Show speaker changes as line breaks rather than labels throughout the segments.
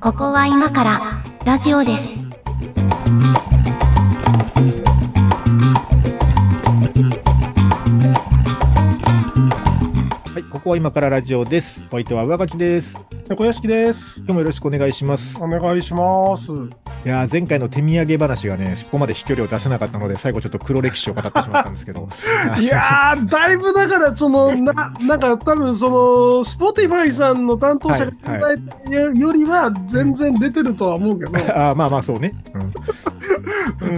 報は今からラジオです。
はい、ここは今からラジオです。お相手は上書きです。今
小屋敷です。
日もよろしくお願いします。
お願いします。
いやー、前回の手土産話がね、そこまで飛距離を出せなかったので、最後ちょっと黒歴史を語ってしまったんですけど。
いやー、だいぶだから、その、な、なんか多分、その、スポティファイさんの担当者が考えてるよりは、全然出てるとは思うけど。
あーまあまあそうね、う
う
ん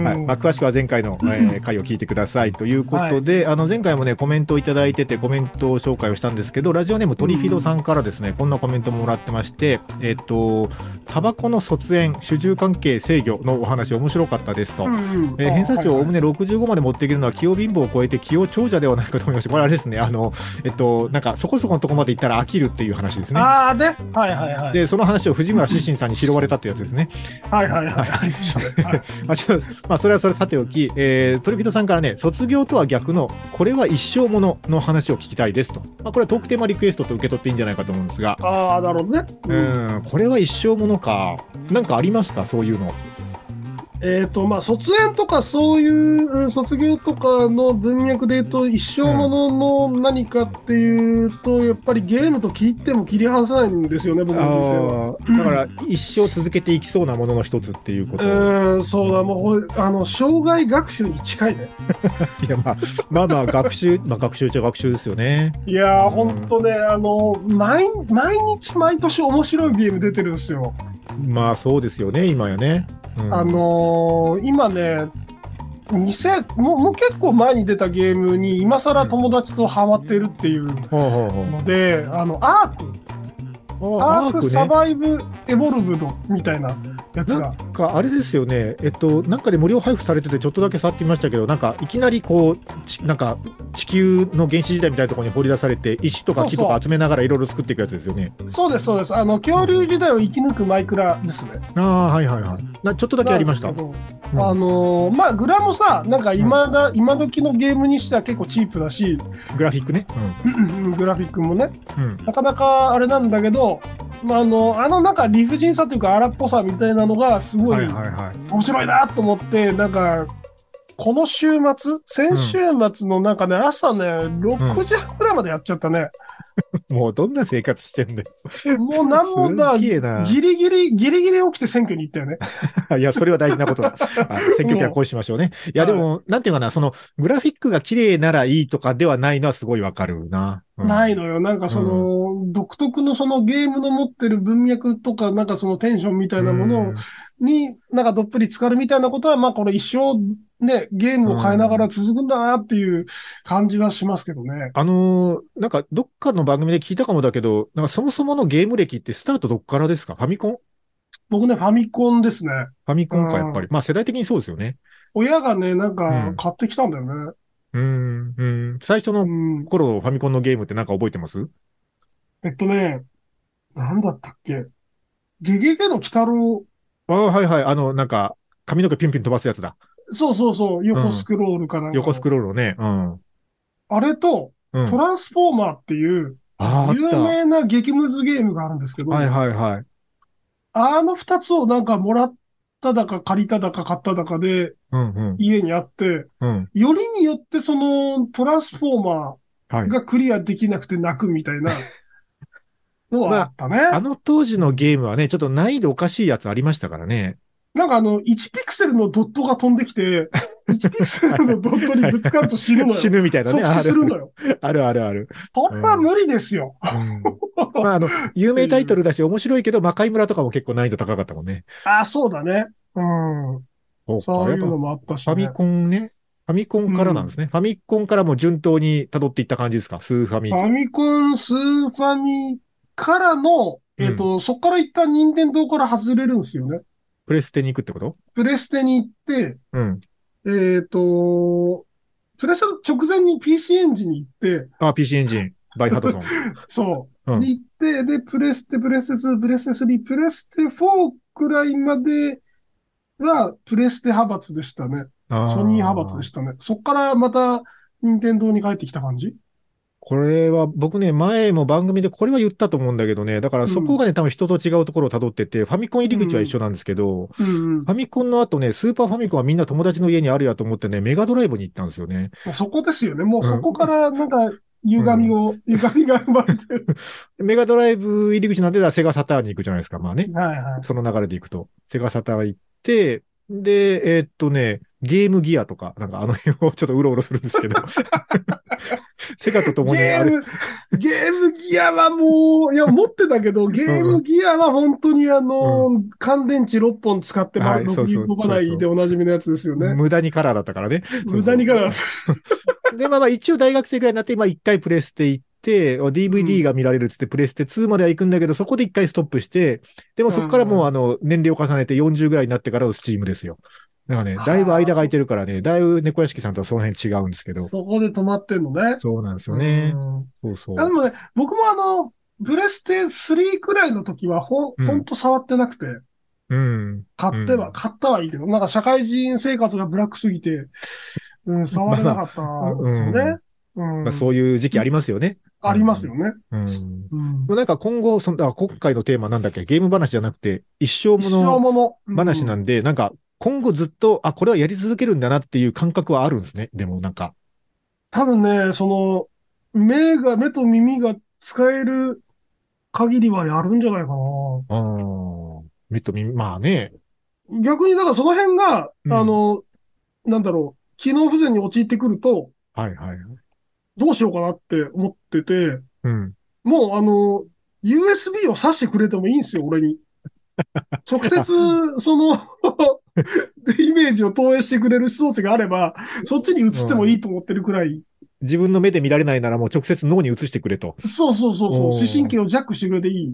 ん
はいまあ、詳しくは前回の、えー回を聞いてくださいということで、あの前回もねコメントをいただいててコメントを紹介をしたんですけどラジオネームトリフィドさんからですね、こんなコメントももらってましてえっ、とタバコの卒園主従関係制御のお話面白かったですと、
うん
えー偏差値をおおむ
ね。
ね65まで持っていけるのは器用貧乏を超えて器用長者ではないかと思いました。これあれですね、あの、えっと、なんかそこそこのとこまで行ったら飽きるっていう話ですね。
あー、で、はいはいはい。
で、その話を藤村志信さんに拾われたってやつですね。
はいはいはい。はい
まあ、ちょっと、まあ、それはそれさておき、えー、トリピドさんからね、卒業とは逆の、これは一生ものの話を聞きたいですと。まあ、これはトークテーマリクエストと受け取っていいんじゃないかと思うんですが、
あー、なるほどね。
う
うん
ん、これは一生ものか。なんかありますかそういうの。
えっと、まあ、卒園とか、そういう、うん卒業とかの文脈で言うと、一生ものの何かっていうと、やっぱりゲームと聞いても切り離せないんですよね、僕の人生は。
あーだから、一生続けていきそうなものの一つっていうこと。
うん、そうだ、もうほい、あの、障害学習に近いね。
いやまあ、まあまあ学習、まあ学習っちゃ学習ですよね。
いや
うん
ー、ほんとね、あの、毎、毎日毎年面白いゲーム出てるんですよ。
まあそうですよね、今やね。うん
あのー今ね、2000もう、もう結構前に出たゲームに、今更友達とハマってるっていう
ほうほうほ
ので、あの、アーク、
う
ア
あア
ー
ー
ク
ク
サ
ね、
バイブエボルブドみたいなやつ
な
が。
んかあれですよね、えっと、なんかで無料配布されてて、ちょっとだけ触ってみましたけど、なんかいきなりこう、ちなんか地球の原始時代みたいなところに掘り出されて、石とか木と
そうそ
か
う
集めながらいろいろ作っていくやつですよね。
そうです、そうです。あの、恐竜時代を生き抜くマイクラですね。
ああ、はいはいはい。なちょっとだけありました。
な
うん
ですけど
ん
あのーまあグラもさなんか今だ、今時のゲームにしては結構チープだし
グラフィックね。
グラフィックもね
うん。うん。
なかなかあれなんだけど、まあ、あのあのなんか理不尽さというか荒っぽさみたいなのがすご
はいいはいはい。
面白いなと思ってなんかこの週末先週末のなんかね、朝ね6時半ぐらいまでやっちゃったね、
もうどんな生活してんだよ。
もうなんもだ
すっ
ギ
げえな。
リギリギリギリ起きて選挙に行ったよね
いや、それは大事なこと だ。あ選挙権は行使しましょうね。いや、でも、なんていうかな、その、グラフィックが綺麗ならいいとかではないのはすごいわかるな。うん
ないのよ。なんかその、独特のそのゲームの持ってる文脈とか、なんかそのテンションみたいなも
う
の
ん
に、なんかどっぷり浸かるみたいなことは、まあこれ一生ね、ゲームを変えながら続くんだなっていう感じはしますけどね。
あのーなんか、どっかの番組で聞いたかもだけど、なんか、そもそものゲーム歴ってスタートどっからですかファミコン
僕ね、ファミコンですね。
ファミコンか、やっぱり。まあ、世代的にそうですよね。
親がね、なん
う
か
ん
買ってきたんだよね。
うーん、うん。最初の
うん。
頃、ファミコンのゲームってなんか覚えてます
えっとね、なんだったっけ。ゲゲゲの鬼太郎、
ああ、はいはい。あの、なんか、髪の毛ピュンピュン飛ばすやつだ。
そうそうそう、横スクロールかなんか。
横スクロールをね。うん。うん。
あれと、
あ
トランスフォーマーっていう、
あー、あっ
有名な激ムズゲームがあるんですけど、
た。はいはいはい。
あの二つをなんかもらっただか借りただか買っただかで
うんうん。
家にあって、
うん。
よりによってそのトランスフォーマ
はい
ー。がクリアできなくて泣く みたいなのはあったね。
あの当時のゲームはね、ちょっと難易度おかしいやつありましたからね。
なんかあの、1ピクセルのドットが飛んで きて、1ピクセルのドットにぶつかると死ぬのよ。
死ぬみたいなね。
即
あ
死するの
る
よ。
あるあるある。
これは無理ですよ。
うんまあ、あの、有名タイトルだし面白いけど、魔界村とかも結構難易度高かったもんね。
ああ、そうだね。うん。
そう
そういうの
フ
もあったし、
ァ
ね。
ミコンね。ファミコンからなんですね。ファミコンからもう順当に辿っていった感じですかスーファミ。
ファミコン、スーファミからの、えっ、と、そこから一旦任天堂から外れるんですよね。
プレステに行くってこと
プレステに行って、
うん。
えっ、と、プレステの直前に PC エンジンに行って、
あ、PC エンジン。バイハド ソン。
そう、
うん
に行って、で、プレステ、プレステ2、プレステ3、プレステ4くらいまでは、プレステ派閥でしたね。
あ
ソニー派閥でしたね。そこからまた、任天堂に帰ってきた感じ
これは僕ね、前も番組でこれは言ったと思うんだけどね、だからそこがね、多分人と違うところを辿ってて、ファミコン入り口は一緒なんですけど、
うんうん
ファミコンの後ね、スーパーファミコンはみんな友達の家にあるやと思ってね、メガドライブに行ったんですよね。
そこですよね。もうそこから、なんか、歪みを、歪みが生まれて る。
メガドライブ入り口なんで、だからセガサターンに行くじゃないですか、まあね。
はいはい。
その流れで行くと。セガサターン行って、で、えーっとね、ゲームギアとか、なんかあの辺をちょっとうろうろするんですけ ど。セガと共に
ゲ
あ
ー
る。
ム、ゲームギアはもう、いや、持ってたけど、ゲームギアは本当にあの、乾電池6本使って、ま
は
あ、
いそうそう
6人動かないでおなじみのやつですよね。
無駄にカラーだったからね。
無駄にから、
で、まあまあ一応大学生ぐらいになって、今一回プレステ行って、DVD が見られるっつってプレステ2までは行くんだけど、そこで一回ストップして、でもそこからもうあの、年齢を重ねて40ぐらいになってからのスチームですよ。だからね、だいぶ間が空いてるからね、だいぶ猫屋敷さんとはその辺違うんですけど。
そこで止まってんのね。
そうなんですよね
う。ん
そうそう。
あでもね、僕もあの、プレステ3くらいの時はほん、
うん
ほんと触ってなくて、
うん。
買っては、
うん
買ったはいいけど、なんか社会人生活がブラックすぎて、うん、触れなかったんですよね。うん
まあそういう時期ありますよね。
ありますよね。
うん。
うん
でもなんか今後、その、あ、今回のテーマなんだっけゲーム話じゃなくて、一生も
一生
の
もの。うん
話なんで、なんか今後ずっと、あ、これはやり続けるんだなっていう感覚はあるんですね。でもなんか。
多分ね、その、目が、目と耳が使える限りはやるんじゃないかな。
ああ、目と耳、まあね。
逆に、だからその辺が、
うん
あの、なんだろう、機能不全に陥ってくると、
はいはい。
どうしようかなって思ってて、
うん。
もうあの、USB を挿してくれてもいいんですよ、俺に。直接、その、 イメージを投影してくれる装置があれば、そっちに移ってもいいと思ってるくらい。
自分の目で見られないならもう直接脳に移してくれと。
そうそうそうそう、
おー
視神経をジャックしてくれていい。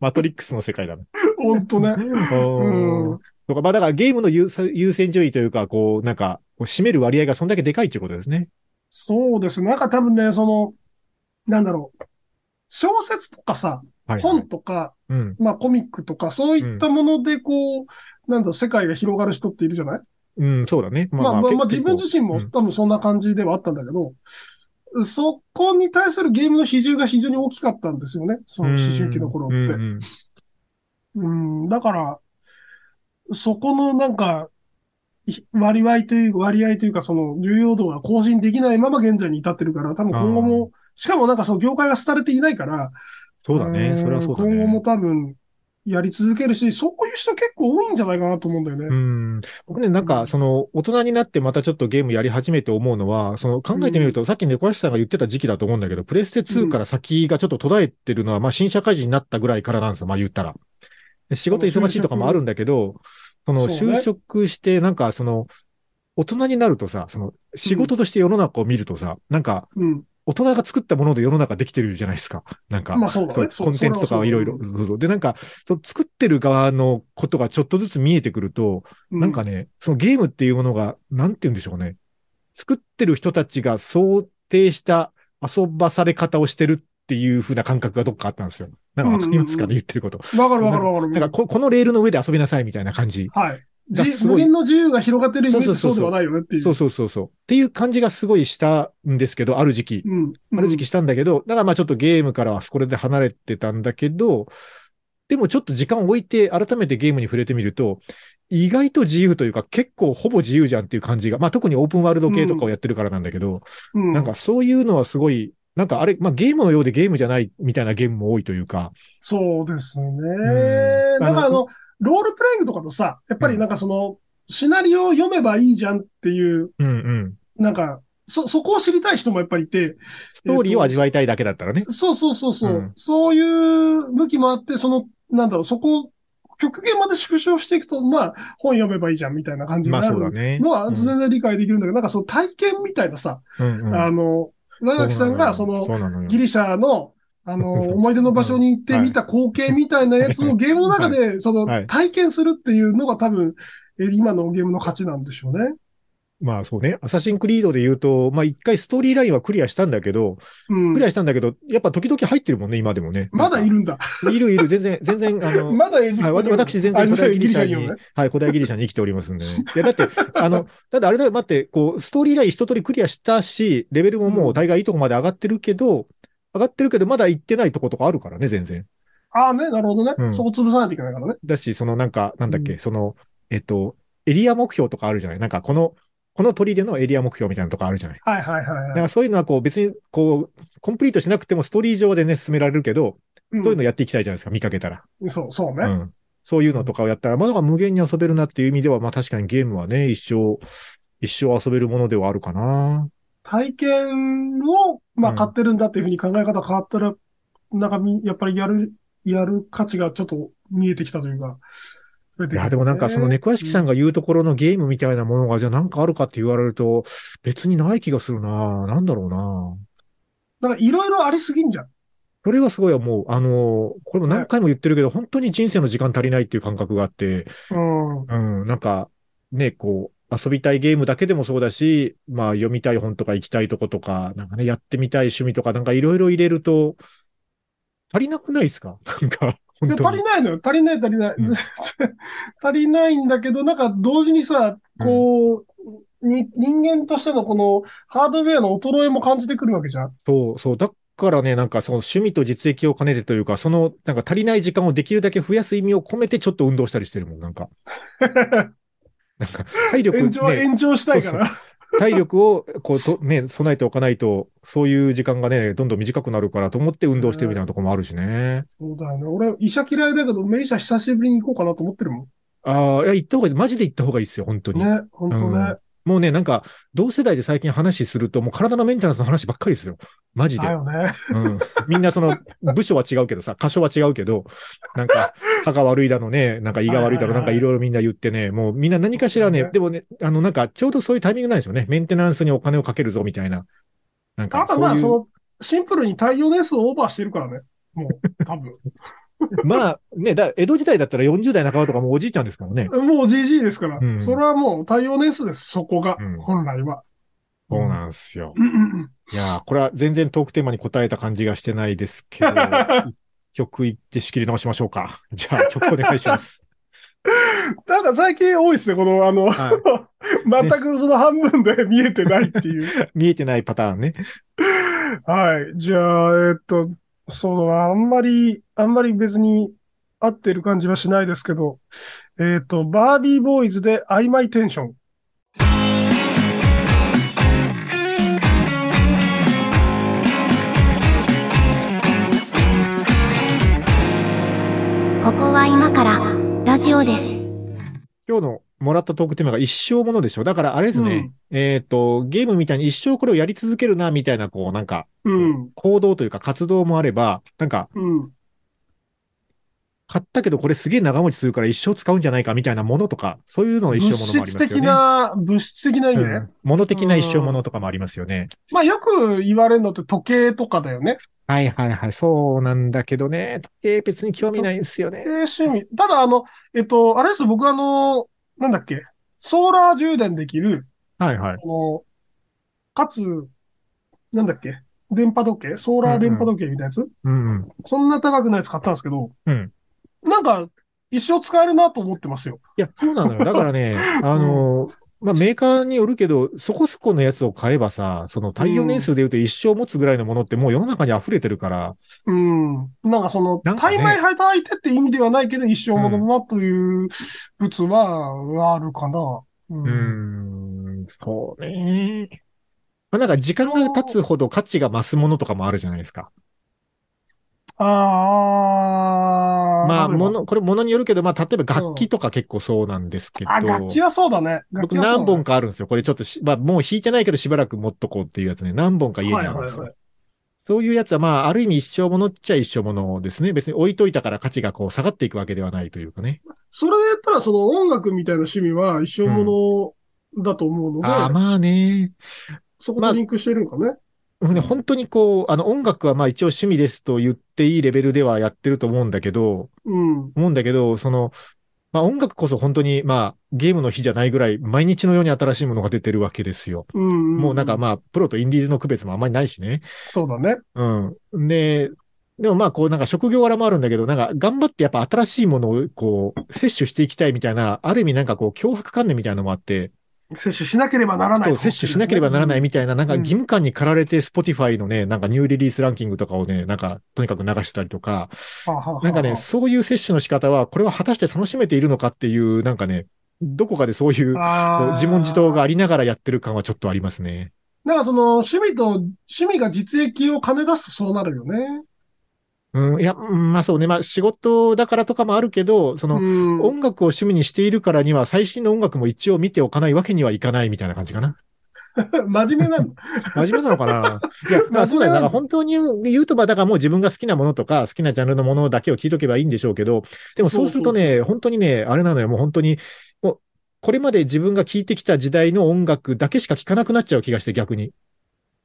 マトリックスの世界だ ね。
ほんとね。
うん。とか、まあだからゲームの優優先順位というか、こう、なんか、こう占める割合がそんだけでかいっていうことですね。
そうですね。なんか多分ね、その、なんだろう。小説とかさ、
はい、はい
本。とか、
うん。
まあコミックとか、そういったもので、こう、なんだろう、世界が広がる人っているじゃない
うん、そうだね。
まあまあ、まあ自分自身も
うん
多分そんな感じではあったんだけど、そこに対するゲームの比重が非常に大きかったんですよね。その思春期の頃って。
うんうん
うん、だから、そこのなんか、い割合という、割合というか、その重要度が更新できないまま現在に至ってるから、多分今後
あ
も、しかもなんかその業界が廃れていないから、
そうだ
う
ね。
ん
それはそうだね。
今後も多分、やり続けるし、そういう人結構多いんじゃないかなと思うんだよ
う
ね。
ん。僕ね、なんか、その、大人になってまたちょっとゲームやり始めて思うのは、その、考えてみると、さっき猫足さんが言ってた時期だと思うんだけど、プレステ2から先がちょっと途絶えてるのは、まあ、新社会人になったぐらいからなんですよ、まあ、言ったら。で仕事忙しいとかもあるんだけど、その、
そうね
就職して、なんか、その、大人になるとさ、その、仕事として世の中を見るとさ、なんか、
うん。
大人が作ったもので世の中できてるじゃないですか。なんか。
まあそうだ
そう
ね。
コンテンツとかはいろいろ。
それはそうだ
そうそうで、なんか、その作ってる側のことがちょっとずつ見えてくると、
うん
なんかね、そのゲームっていうものが、なんて言うんでしょうね。作ってる人たちが想定した遊ばされ方をしてるっていう風な感覚がどっかあったんですよ。なんかわかりますかね、
うんうんうん
言ってること。
わかるわかるわかる。
なんかこ、このレールの上で遊びなさいみたいな感じ。
はい。
が
じ
すごい
無限の自由が広がってるイメージ
そうそうそうそう
そうではないよねっていう。
そうそうそうそう。っていう感じがすごいしたんですけど、ある時期。
うん。
ある時期したんだけど、だからまあちょっとゲームからはそこで離れてたんだけど、でもちょっと時間を置いて改めてゲームに触れてみると、意外と自由というか結構ほぼ自由じゃんっていう感じが、まあ特にオープンワールド系とかをやってるからなんだけど、
うん、
なんかそういうのはすごい、なんかあれ、まあゲームのようでゲームじゃないみたいなゲームも多いというか、
そうですね。
ん
なんか
あ
あ
の
の、ロールプレイングとかとさ、やっぱりなんかその、シナリオを読めばいいじゃんっていう、
うんうん。
なんか、そ、そこを知りたい人もやっぱりいて、
ストーリーを味わいたいだけだったらね。
そうそうそうそう、
うん
そういう向きもあって、その、なんだろう、そこを極限まで縮小していくと、まあ、本読めばいいじゃんみたいな感じに
まあ
な
そうだ
る
ね。
のは
うん
全然理解できるんだけど、なんかその体験みたいなさ、
うんうん
あの、長崎さんがその、
そうなのよ
ギリシャの、あの、
そう
思い出の場所に行って見た光景みたいなやつをゲームの中で、その、
はい
体験するっていうのが多分、えー今のゲームの価値なんでしょうね。
まあそうね、アサシンクリードで言うと、まあ一回ストーリーラインはクリアしたんだけど、
うん
クリアしたんだけど、やっぱ時々入ってるもんね、今でもね。
まだいるんだ。
いるいる、全然、全然、あの、
まだエジプ
はい、
ト
わ
にいる。
私、全
あ
然古代ギリシャ
いる
に、
のね
はい、古代ギリシャに生きておりますんで ね。いや、だって、あの、ただあれだよ、待って、こう、ストーリーライン一通りクリアしたし、レベルももう大概いいとこまで上がってるけど、上がってるけど、まだ行ってないとことかあるからね、全然。
ああね、なるほどね、
うん
そこ潰さないといけないからね。
だし、そのなんか、なんだっけ、
う
その、えっと、エリア目標とかあるじゃないなんか、この、この砦のエリア目標みたいなのとかあるじゃない
はいはいは
だ
い
か
はい。
らそういうのはこう別にこう、コンプリートしなくてもストーリー上でね、進められるけど、
うん
そういうのやっていきたいじゃないですか、見かけたら。
そう、そう
う
ね。
ん。そういうのとかをやったら、まあだから無限に遊べるなっていう意味では、まあ確かにゲームはね、一生、一生遊べるものではあるかな。
体験を、ま
う
あ、
ん
買ってるんだっていうふうに考え方変わったら、なんかみ、やっぱりやる、やる価値がちょっと見えてきたというか。増えて
い
きたね
や、でもなんかその猫屋敷さんが言うところのゲームみたいなものが、じゃあなんかあるかって言われると、別にない気がするな。なんだろうな。
なんかいろいろありすぎんじゃん。
それはすごいもう、あのこれも何回も言ってるけど、本当に人生の時間足りないっていう感覚があって、
うん。
うん、なんか、ね、こう、遊びたいゲームだけでもそうだし、まあ、読みたい本とか行きたいとことか、なんかね、やってみたい趣味とか、なんかいろいろ入れると、足りなくないですか なんか、本
で、
当
足
に
り。ないのよ。足りない足りない。
うん
足りないんだけど、なんか同時にさ、こう、に人間としてのこのハードウェアの衰えも感じてくるわけじゃん。
そう、そう。だからね、なんかその趣味と実益を兼ねてというか、その、なんか足りない時間をできるだけ増やす意味を込めて、ちょっと運動したりしてるもん、なん か。なんか、体力、
炎上、
ね、
炎上したいから。
体力を、こうと、ね、備えておかないと、そういう時間がね、どんどん短くなるからと思って運動してるみたいなとこもあるしね。
そうだよね。俺、医者嫌いだけど、名医者久しぶりに行こうかなと思ってるもん。
ああ、いや、行った方がいい。マジで行った方がいいですよ、本当に。
ね、本当ね。
うんもうね、なんか、同世代で最近話すると、もう体のメンテナンスの話ばっかりですよ。マジで
だ。よね。
うん、みんなその、部署は違うけどさ、箇所は違うけど、なんか、歯が悪いだのね、なんか胃が悪いだの、
は
ない
はいはい
んかいろいろみんな言ってね、もうみんな何かしらね、
そう
でもね、あの、なんか、ちょうどそういうタイミングなんでしょうね。メンテナンスにお金をかけるぞ、みたいな。なん
あ
か、
と
そうい
まあ、
う
その、シンプルに耐用年数オーバーしてるからね。もう、多分。
まあ、ね、だ江戸時代だったら40代半ばとかもうおじいちゃんですからね。
もう GG ですから。
うん
それはもう耐用年数です、そこが。
うん
本来は。
そうなんですよ。
うんうんうん
いやーこれは全然トークテーマに答えた感じがしてないですけ ど、曲いって仕切り直しましょうか。じゃあ曲お願いし ます。
なんか最近多いですね、この、あの、
は
全くその半分で見えてないっ ていう。
い、見えてないパターンね。
はい。じゃあ、えっと、そうだな、あんまり、あんまり別に合ってる感じはしないですけど、えっと、バービーボーイズで曖昧テンション。
ここは今からラジオです。
今日のもらったトークテーマが一生ものでしょ。だからあれですね、えっ、と、ゲームみたいに一生これをやり続けるな、みたいな、こう、なんか、
うん。
行動というか活動もあれば、なんか、
うん。
買ったけどこれすげえ長持ちするから一生使うんじゃないかみたいなものとか、そういうのを一生
物
ものもあり
質
ますよね。
的な、物質的な意味ね。
うん物的な一生ものとかもありますよね。
まあよく言われるのって時計とかだよね。
はいはいはい、そうなんだけどね。時計別に興味ないんですよね
え。ー、趣味。ただあの、えっと、あれです、僕あの、なんだっけ、ソーラー充電できる、
はいはい。
あの、かつ、なんだっけ、電波時計ソーラー電波時計みたいなやつ、
うんうん。
そんな高くないやつ買ったんですけど、
うん
なんか、一生使えるなと思ってますよ。
いや、そうなのよ。だから ね、あの、まあ、メーカーによるけど、そこそこのやつを買えばさ、その対応年数で言うと一生持つぐらいのものってもう世の中に溢れてるから、
うん。なんかその、
なんかね
大枚配た相手って意味ではないけど、一生ものだなという物は、あるかな。うん
うーん、そうね。まあ、なんか時間が経つほど価値が増すものとかもあるじゃないですか。
あー。
まあ、
るわ
もの、これものによるけど、まあ、例えば楽器とか結構そうなんですけど、
あ、楽器はそうだね。
僕
楽器はそうだ
何本かあるんですよ。これちょっとし、まあ、もう弾いてないけどしばらく持っとこうっていうやつね。何本か家にあるんですよ。
はいはいはい
そういうやつは、まあ、ある意味一生ものっちゃ一生ものですね。別に置いといたから価値がこう下がっていくわけではないというかね。
それで言ったら、その音楽みたいな趣味は一生ものだと思うので、
ああ、まあね。
そことリンクしてるんかね。
うんね本当にこう、あの、音楽はまあ一応趣味ですと言っていいレベルではやってると思うんだけど、
うん。
思うんだけど、その、まあ、音楽こそ本当に、まあ、ゲームの日じゃないぐらい、毎日のように新しいものが出てるわけですよ。
うん
もうなんかまあ、プロとインディーズの区別もあんまりないしね。
そうだね。
うん。で、でもまあ、こうなんか職業柄もあるんだけど、なんか頑張ってやっぱ新しいものをこう、摂取していきたいみたいな、ある意味なんかこう、脅迫観念みたいなのもあって、
摂取しなければならな
そ
いと
う、摂取しなければならないみたいな、なんか義務感に駆られて、Spotify のね、なんかニューリリースランキングとかをね、なんか、とにかく流してたりとか、
はあはあはあ
なんかね、そういう摂取の仕方は、これは果たして楽しめているのかっていう、なんかね、どこかでそういう、こ
あ
う
ー
自問自答がありながらやってる感はちょっとありますね。
なんかその、趣味と、趣味が実益を兼ね出すとそうなるよね。
うん、いや、うんまあそうね、まあ仕事だからとかもあるけど、その、
うん
音楽を趣味にしているからには、最新の音楽も一応見ておかないわけにはいかないみたいな感じかな。
真面目なの。
真面目なのか ないや、まあそうだよ。だから本当に言うと、まあだからもう自分が好きなものとか、好きなジャンルのものだけを聞いとけばいいんでしょうけど、でもそうするとね、本当にね、あれなのよ、もう本当に、もう、これまで自分が聞いてきた時代の音楽だけしか聞かなくなっちゃう気がして、逆に。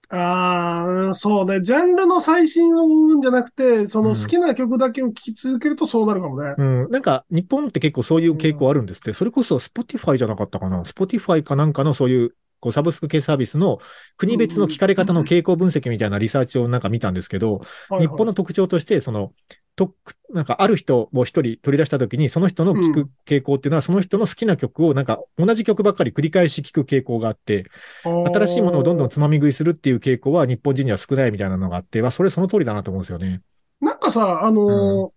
ああ、そうね。ジャンルの最新をうんじゃなくて、その
うん
好きな曲だけを聴き続けるとそうなるかもね。
うん。なんか、日本って結構そういう傾向あるんですって。それこそ、Spotify じゃなかったかな。Spotify かなんかのそういう、こう、サブスク系サービスの国別の聞かれ方の傾向分析みたいなリサーチをなんか見たんですけど、
はいはい
日本の特徴として、その、となんか、ある人を一人取り出したときに、その人の聴く傾向っていうのは、その人の好きな曲を、なんか、同じ曲ばっかり繰り返し聴く傾向があって、新しいものをどんどんつまみ食いするっていう傾向は、日本人には少ないみたいなのがあって、まあ、それその通りだなと思うんですよね。
なんかさ、あの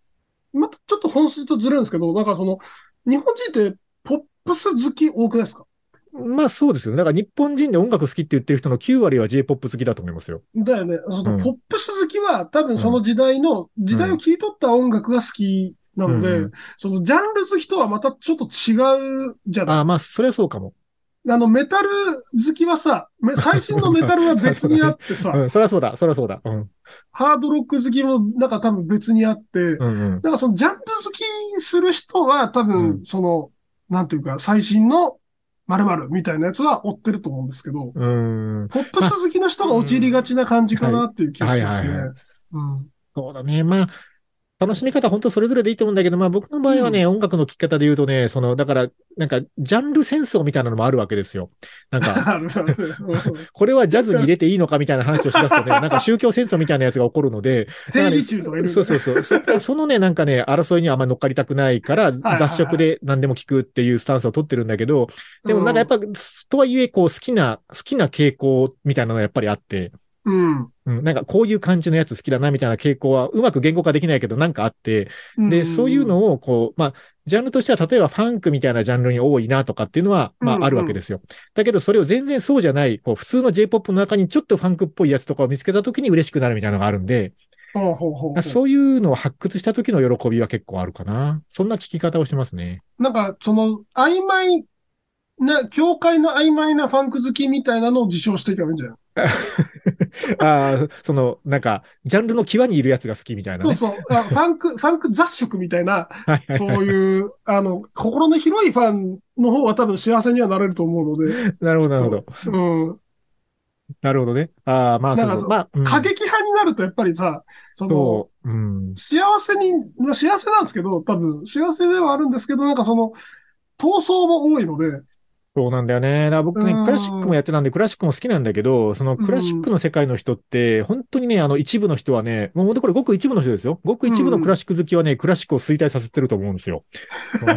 ーまたちょっと本筋とずれるんですけど、なんかその、日本人ってポップス好き多くないですか
まあ、そうですよね。だから、日本人で音楽好きって言ってる人の9割は J-POP 好きだと思いますよ。
だよね。その
うん
ポップス好きは多分その時代の、時代を切り取った音楽が好きなので、
うん
そのジャンル好きとはまたちょっと違うじゃない
ああ、まあ、それはそうかも。
あの、メタル好きはさ、め最新のメタルは別にあって
う
さ、
ん、それはそうだ、それはそうだ。うん。
ハードロック好きもなんか多分別にあって、
うんうん。
だからそのジャンル好きする人は多
う
分、その、なんていうか、最新の〇〇みたいなやつは追ってると思うんですけど、
うーん。
ポップス好きの人が陥りがちな感じかなっていう気が
は
し
い
ま
は
すね
い。はい。
うん
そうだね。まあ、楽しみ方本当それぞれでいいと思うんだけど、まあ僕の場合はね、音楽の聴き方で言うとね、その、だから、なんか、ジャンル戦争みたいなのもあるわけですよ。なん か、
あるあるうん
これはジャズに入れていいのかみたいな話をしだすとね、なんか宗教戦争みたいなやつが起こるので、
定義中とかいるんだね
そうそうそう。そそのね、なんかね、争いにはあんまり乗っかりたくないから、
はい
雑食で何でも聞くっていうスタンスを取ってるんだけど、でもなんかやっ、ぱ、とはいえ、こう、好きな、好きな傾向みたいなのがやっぱりあって、
うん。
うん、なんかこういう感じのやつ好きだなみたいな傾向はうまく言語化できないけどなんかあって、で、そういう
を、
のをこう、まあ、ジャンルとしては例えばファンクみたいなジャンルに多いなとかっていうのは、ま
うんうん
ああるわけですよ。だけどそれを全然そうじゃない、こう普通の J-POP の中にちょっとファンクっぽいやつとかを見つけた時に嬉しくなるみたいなのがあるんで、
ほうほうほうほう
そういうのを発掘した時の喜びは結構あるかな。そんな聞き方をしてますね。
なんか、その、曖昧な、教会の曖昧なファンク好きみたいなのを自称していけばいいんじゃない
ああ、 その、なんか、ジャンルの際にいるやつが好きみたいな
そう
ね。
そう。あファンク、ファンク雑食みたい
は
な、
いはい
そういう、あの、心の広いファンの方は多分幸せにはなれると思うので、
なるほど、なるほど。
うん。
なるほどね。ああ、まあ、
なんか
そうそう
そ
う。まあ、うん
過激派になるとやっぱりさ、その、
そう。うん。
幸せに、まあ幸せなんですけど、多分、幸せではあるんですけど、なんかその、闘争も多いので、
そうなんだよね。だから僕ね
うん、
クラシックもやってたんで、クラシックも好きなんだけど、そのクラシックの世界の人って、本当にね、あの一部の人はね、もう本当これごく一部の人ですよ。ごく一部のクラシック好きはね、クラシックを衰退させてると思うんです よ。その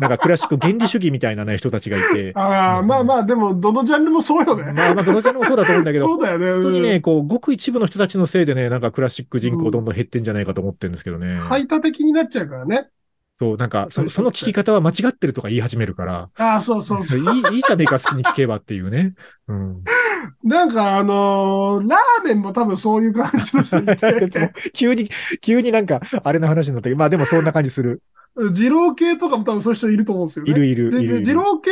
なんかクラシック原理主義みたいなね、人たちがいて。
ああ、
うん
まあまあ、でも、どのジャンルもそうよね。
まあまあ、どのジャンルもそうだと思うんだけど、
そうだよね。
本当に
うん
ね、こう、ごく一部の人たちのせいでね、なんかクラシック人口どんどん減ってんじゃないかと思ってるんですけどね。
排他的になっちゃうからね。
そう、なんかそ、その聞き方は間違ってるとか言い始めるから、
ああ、そうそうそう。
いい、いいじゃねえか、好きに聞けばっていうね。うん。
なんか、あのーラーメンも多分 そういう感じの人い
でも
て、
急に、急になんか、あれの話になったけど、まあでもそんな感じする。
二郎系とかも多分そういう人いると思うんですよね。
いるいる、いる
で、
い
で、
る。
二郎系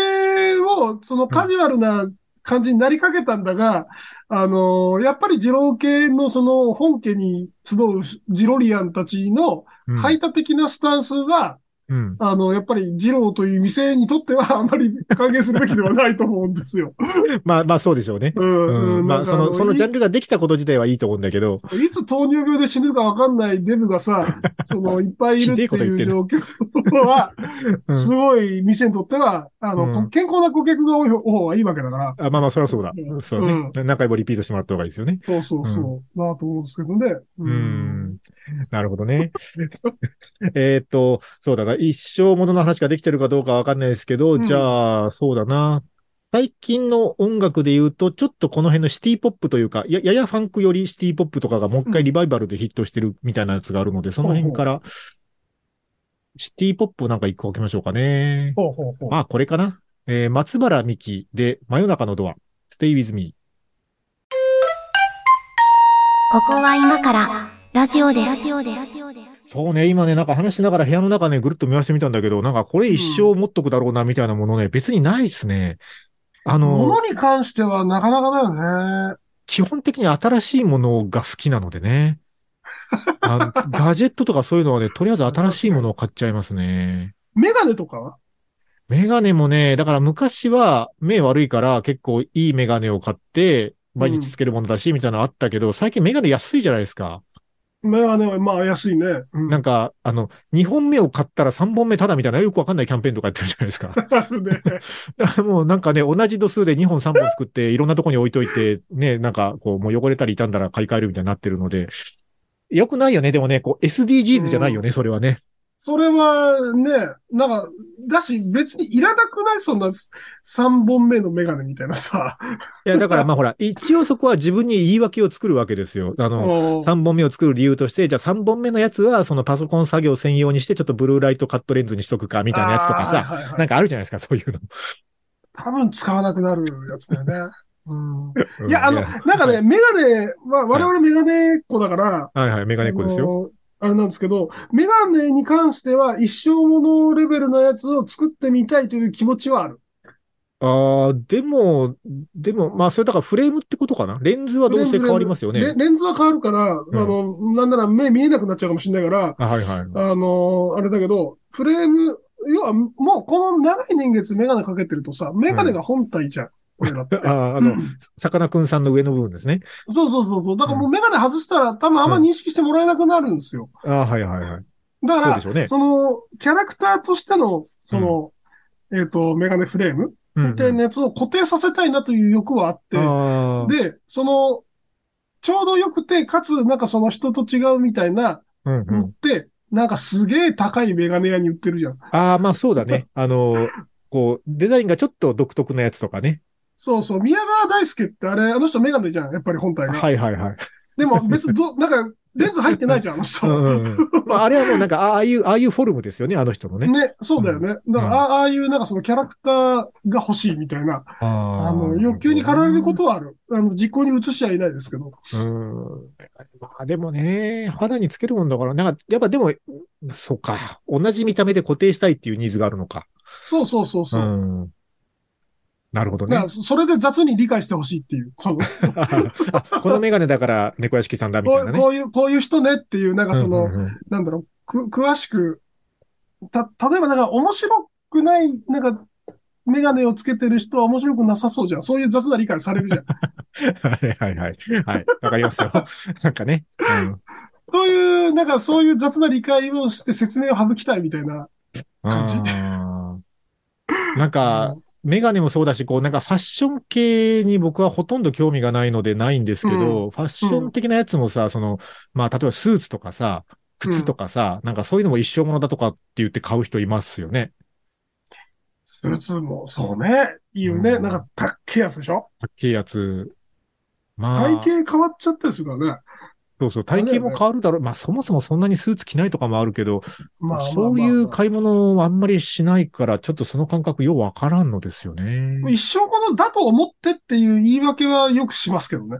を、そのカジュアルな感じになりかけたんだが、あのーやっぱり二郎系のその本家に集うジロリアンたちの
うん
排他的なスタンスは、
うん。
あの、やっぱり、二郎という店にとっては、 あまり歓迎するべきではないと思うんで すよ。
まあまあそうでしょうね。
うん
うん。
うん。
ま
なん
あ
か
その、そのジャ
い
ンルができたこと自体はいいと思うんだけど、
いつ糖尿病で死ぬかわかんないデブが さ、その、いっぱいいるって
ひでえこと言っ
い
て
う
る
状況は、
うん
すごい店にとっては、あの、
うん
健康な顧客が多い方がいいわけだから、
あまあまあそりゃそうだ。そうね。何回もリピートしてもらった方がいいですよね。
そうそうそう、なあと思うんですけどね。
うーん。なるほどね。 えーっと、そうだな。一生ものの話ができてるかどうかわかんないですけど、
うん
じゃあ、そうだな。最近の音楽で言うと、ちょっとこの辺のシティポップというか、やややファンクよりシティポップとかがもう一回リバイバルでヒットしてるみたいなやつがあるので、その辺から、シティポップをなんか一個置きましょうかね。
ほうほうほう。
まあ、これかな。えー松原美希で、真夜中のドア、Stay with me。
ここは今からラジオです。ラジオです。
そうね、今ね、なんか話しながら部屋の中ね、ぐるっと見回してみたんだけど、なんかこれ一生持っとくだろうな、みたいなものね、別にないですね。あの、
物に関してはなかなかだよね。
基本的に新しいものが好きなので ね。あのガジェットとかそういうのはね、とりあえず新しいものを買っちゃいますね。
メガネとかは
メガネもね、だから昔は目悪いから結構いいメガネを買って、毎日つけるものだし、みたいなのあったけど、最近メガネ安いじゃないですか。
メガネは、まあ、安いね。うん
なんか、あの、2本目を買ったら3本目ただみたいなよくわかんないキャンペーンとかやってるじゃないですか。
あるね。
だから もうなんかね、同じ度数で2本3本作 って、いろんなとこに置いといて、ね、なんかこう、もう汚れたり傷んだら買い替えるみたいになってるので、よくないよね。でもね、こう、SDGs じゃないよね、それはね。
それはね、なんか、だし、別にいらなくないそんな3本目のメガネみたいなさ。
いや、だからまあほら、一応そこは自分に言い訳を作るわけですよ。あの、
うん
3本目を作る理由として、じゃあ3本目のやつは、そのパソコン作業専用にして、ちょっとブルーライトカットレンズにしとくか、みたいなやつとか
あー
さ、
はいはいは
ないんかあるじゃないですか、そういうの。
多分使わなくなるやつだよね。うん
うん
いや、あの、なんかね、メガネは、我々メガネっ子だから、
はいはい、メガネっ子ですよ。
あのあれなんですけど、メガネに関しては一生ものレベルのやつを作ってみたいという気持ちはある。
ああ、でも、でも、まあ、それだからフレームってことかな。レンズはどうせ変わりますよ
レ
ね。
レンズは変わるから、あの、なんなら目見えなくなっちゃうかもしれないから、
あはいはい。
あの、あれだけど、フレーム、要はもうこの長い年月メガネかけてるとさ、メガネが本体じゃん。俺らって。
あ あ、あ
う
の、
ん
さかなクンさんの上の部分ですね。
そうそうそうそう。だからもうメガネ外したら多分あんま認識してもらえなくなるんですよ。
ああ、はいはいはい。
だ
そう
か
でしょう
ら、
ね。
その、キャラクターとしての、その、えっと、メガネフレーム
うんうん
みたいなやつを固定させたいなという欲はあって、
ああ、
で、その、ちょうど良くて、かつ、なんかその人と違うみたいな、
うんう
のっ
ん。
て、なんかすげえ高いメガネ屋に売ってるじゃん。
ああ、まあそうだね。あの、こう、デザインがちょっと独特なやつとかね。
そうそう、宮川大輔ってあれ、あの人メガネじゃん、やっぱり本体が。
はいはい はい。
でも別 にど、なんか、レンズ入ってないじゃん、あの
う
人。
んうん うんまあ、あれはもうなんか、あああいう、ああいうフォルムですよね、あの人のね。
ね、そうだよね。だから、あああいうなんかそのキャラクターが欲しいみたい
あ
な、
あ
あの、欲求に駆られることはある。あの、実行に移しちゃいないですけど。
うん。まあでもね、肌につけるもんだから、なんか、やっぱでも、そうか。同じ見た目で固定したいっていうニーズがあるのか。
そうそうそうそう。
ん。なるほど
だ
ね
から、。それで雑に理解してほしいっていう。この
あ、このメガネだから猫屋敷さんだみたい
こ
な
う
ね。
こういう、こういう人ねっていう、なんかその、
うんうんうん
なんだろう、く、詳しく、た、例えばなんか面白くない、なんか、メガネをつけてる人は面白くなさそうじゃん。そういう雑な理解されるじ ゃん。
はいはいはい。はい。わかりますよ。 なんかね。
そういう、なんかそういう雑な理解をして説明を省きたいみたいな。
うん。
感じ
あーなんか、メガネもそうだし、こう、なんかファッション系に僕はほとんど興味がないのでないんですけど、ファッション的なやつもさ、その、まあ、例えばスーツとかさ、靴とかさ、なんかそういうのも一生ものだとかって言って買う人いますよね。
スーツも、そうね。いいよね。
うん
なんか、たっけえやつでしょ
かっけえやつ。まあ、
体型変わっちゃったりするからね。
そうそう、体型も変わるだろう。まあ、そもそもそんなにスーツ着ないとかもあるけど、
まあ、まあ
そういう
まあ
買い物をあんまりしないから、ちょっとその感覚ようわからんのですよ
まあ
ね。
一生ものだと思ってっていう言い訳はよくしますけどね。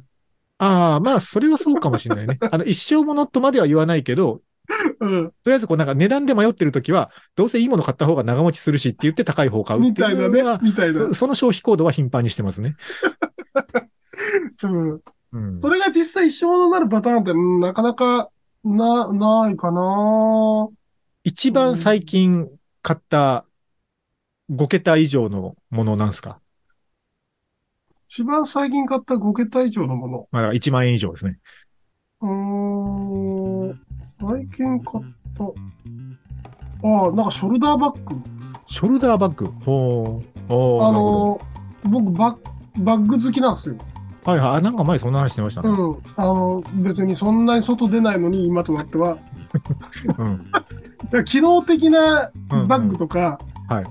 ああ、まあ、それはそうかもしれ ないね。あの、一生ものとまでは言わないけど、
うん。
とりあえずこうなんか値段で迷ってるときは、どうせいいもの買った方が長持ちするしって言って高い方買うっ
み
て
た
い
いうな
のは
ね。みたいな。
そその消費行動は頻繁にしてますね。
うん。
うん
そ。れが実際一生ものになるパターンって、うんなかなか、な、ないかな
一番最近買った5桁以上のものなんですか
一番最近買った5桁以上のも
まあ、だから1万円以上ですね。
の。うーん、最近買った。ああ、なんかショルダーバッグ。
ショルダーバッグ。ほう。
あ
おーなるほ
の、僕バッ、バッグ好きなんですよ。
ど。はいはい。あなんか前そんな話してました
う
ね。
ん。あの、別にそんなに外出ないのに、今となっては。
うん。
だから機能的な
うん
バッグとか、
うんはい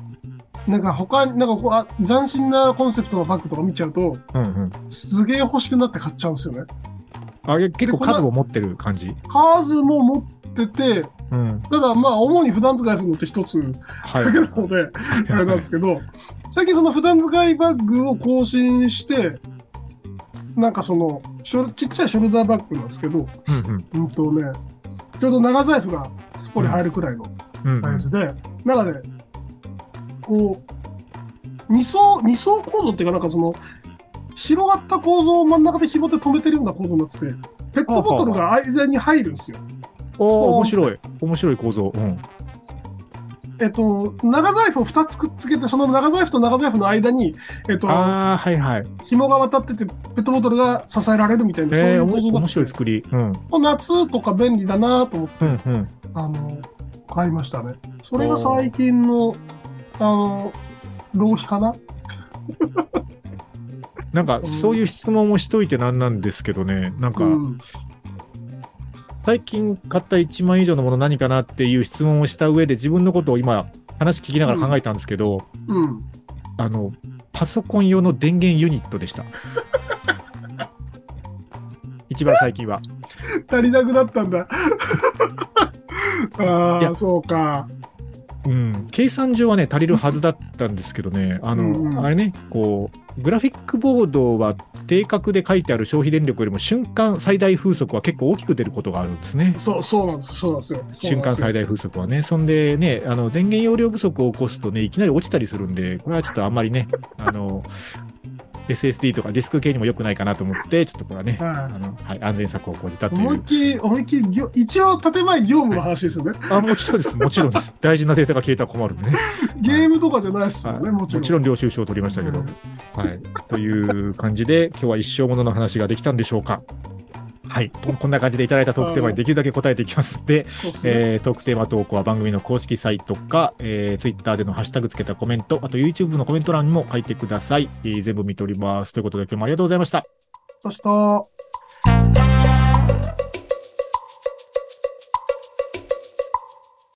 なんか他に、なんかこうあ斬新なコンセプトのバッグとか見ちゃうと、
うんうん。
すげえ欲しくなって買っちゃうんですよね。
あれ結構
でこの
数を持ってる感じ。
数も持ってて、
うん。
ただまあ主に普段使いするのって一つ
はい。
だけなので、あれなんですけど、最近その普段使いバッグを更新して、なんかその、ショルちっちゃいショルダーバッグなんですけど、
うんうん
うんとね、ちょうど長財布がすっぽり入るくらいの
うんう
サ
ん
イズで、なんかね、こう、二層、二層構造っていうか、なんかその、広がった構造を真ん中で紐で止めてるような構造になってて、ペットボトルが間に入るんですよ。
おお面白い。面白い構造。うん。
えっと、長財布を2つくっつけて、その長財布と長財布の間に、えっと、
ああ、はいはい。
紐が渡ってて、ペットボトルが支えられるみたいな、
えー、お
そう
も
いう構造だ
面
った
白い
んで
作り。うん。
夏とか便利だなと思っ
う
て、
んうん。
あの、買いましたね。それが最近の、あの、浪費かな
なんか、そういう質問をしといてなんなんですけどね。なんか、
うん
最近買った1万円以上のもの何かなっていう質問をした上で自分のことを今話聞きながら考えたんですけど、
うん。
あのパソコン用の電源ユニットで した一番最近は
足りなくなったんだ。あ
い
あ、
や
そうか。
うん計算上はね足りるはずだったんですけどねあの、
うんうん
あれねこうグラフィックボードは定格で書いてある消費電力よりも瞬間最大風速は結構大きく出ることがあるんですね
そう、そうなんです。そうなんですよ。
瞬間最
大。
大風速はね、そんでね、あの電源容量不足を起こすとね、いきなり落ちたりするんで、これはちょっとあんま りね、あの SSD とかディスク系にも良くないかなと思って、ちょっとこれはね、あ
はい
のはい、安全策を講じたとい
思いっ
う。
きり、思いっきり業、一応建前業務の話ですよね。
あ、もちろんです、もちろんです。大事なデータが消えたら困るんでね。
ゲームとかじゃないですよ
はい
ね、もちろん。
もちろん領収書を取りましたけど。はい、という感じで、今日は一生ものの話ができたんでしょうか。はい、ここんな感じでいただいたトークテーマにできるだけ答えていきますんで、
そうっすね
えートークテーマ投稿は番組の公式サイトか、えー、Twitter でのハッシュタグつけたコメント、あと YouTube のコメント欄にも書いてください。えー全部見ております。ということで今日もありがとうございました。
そした。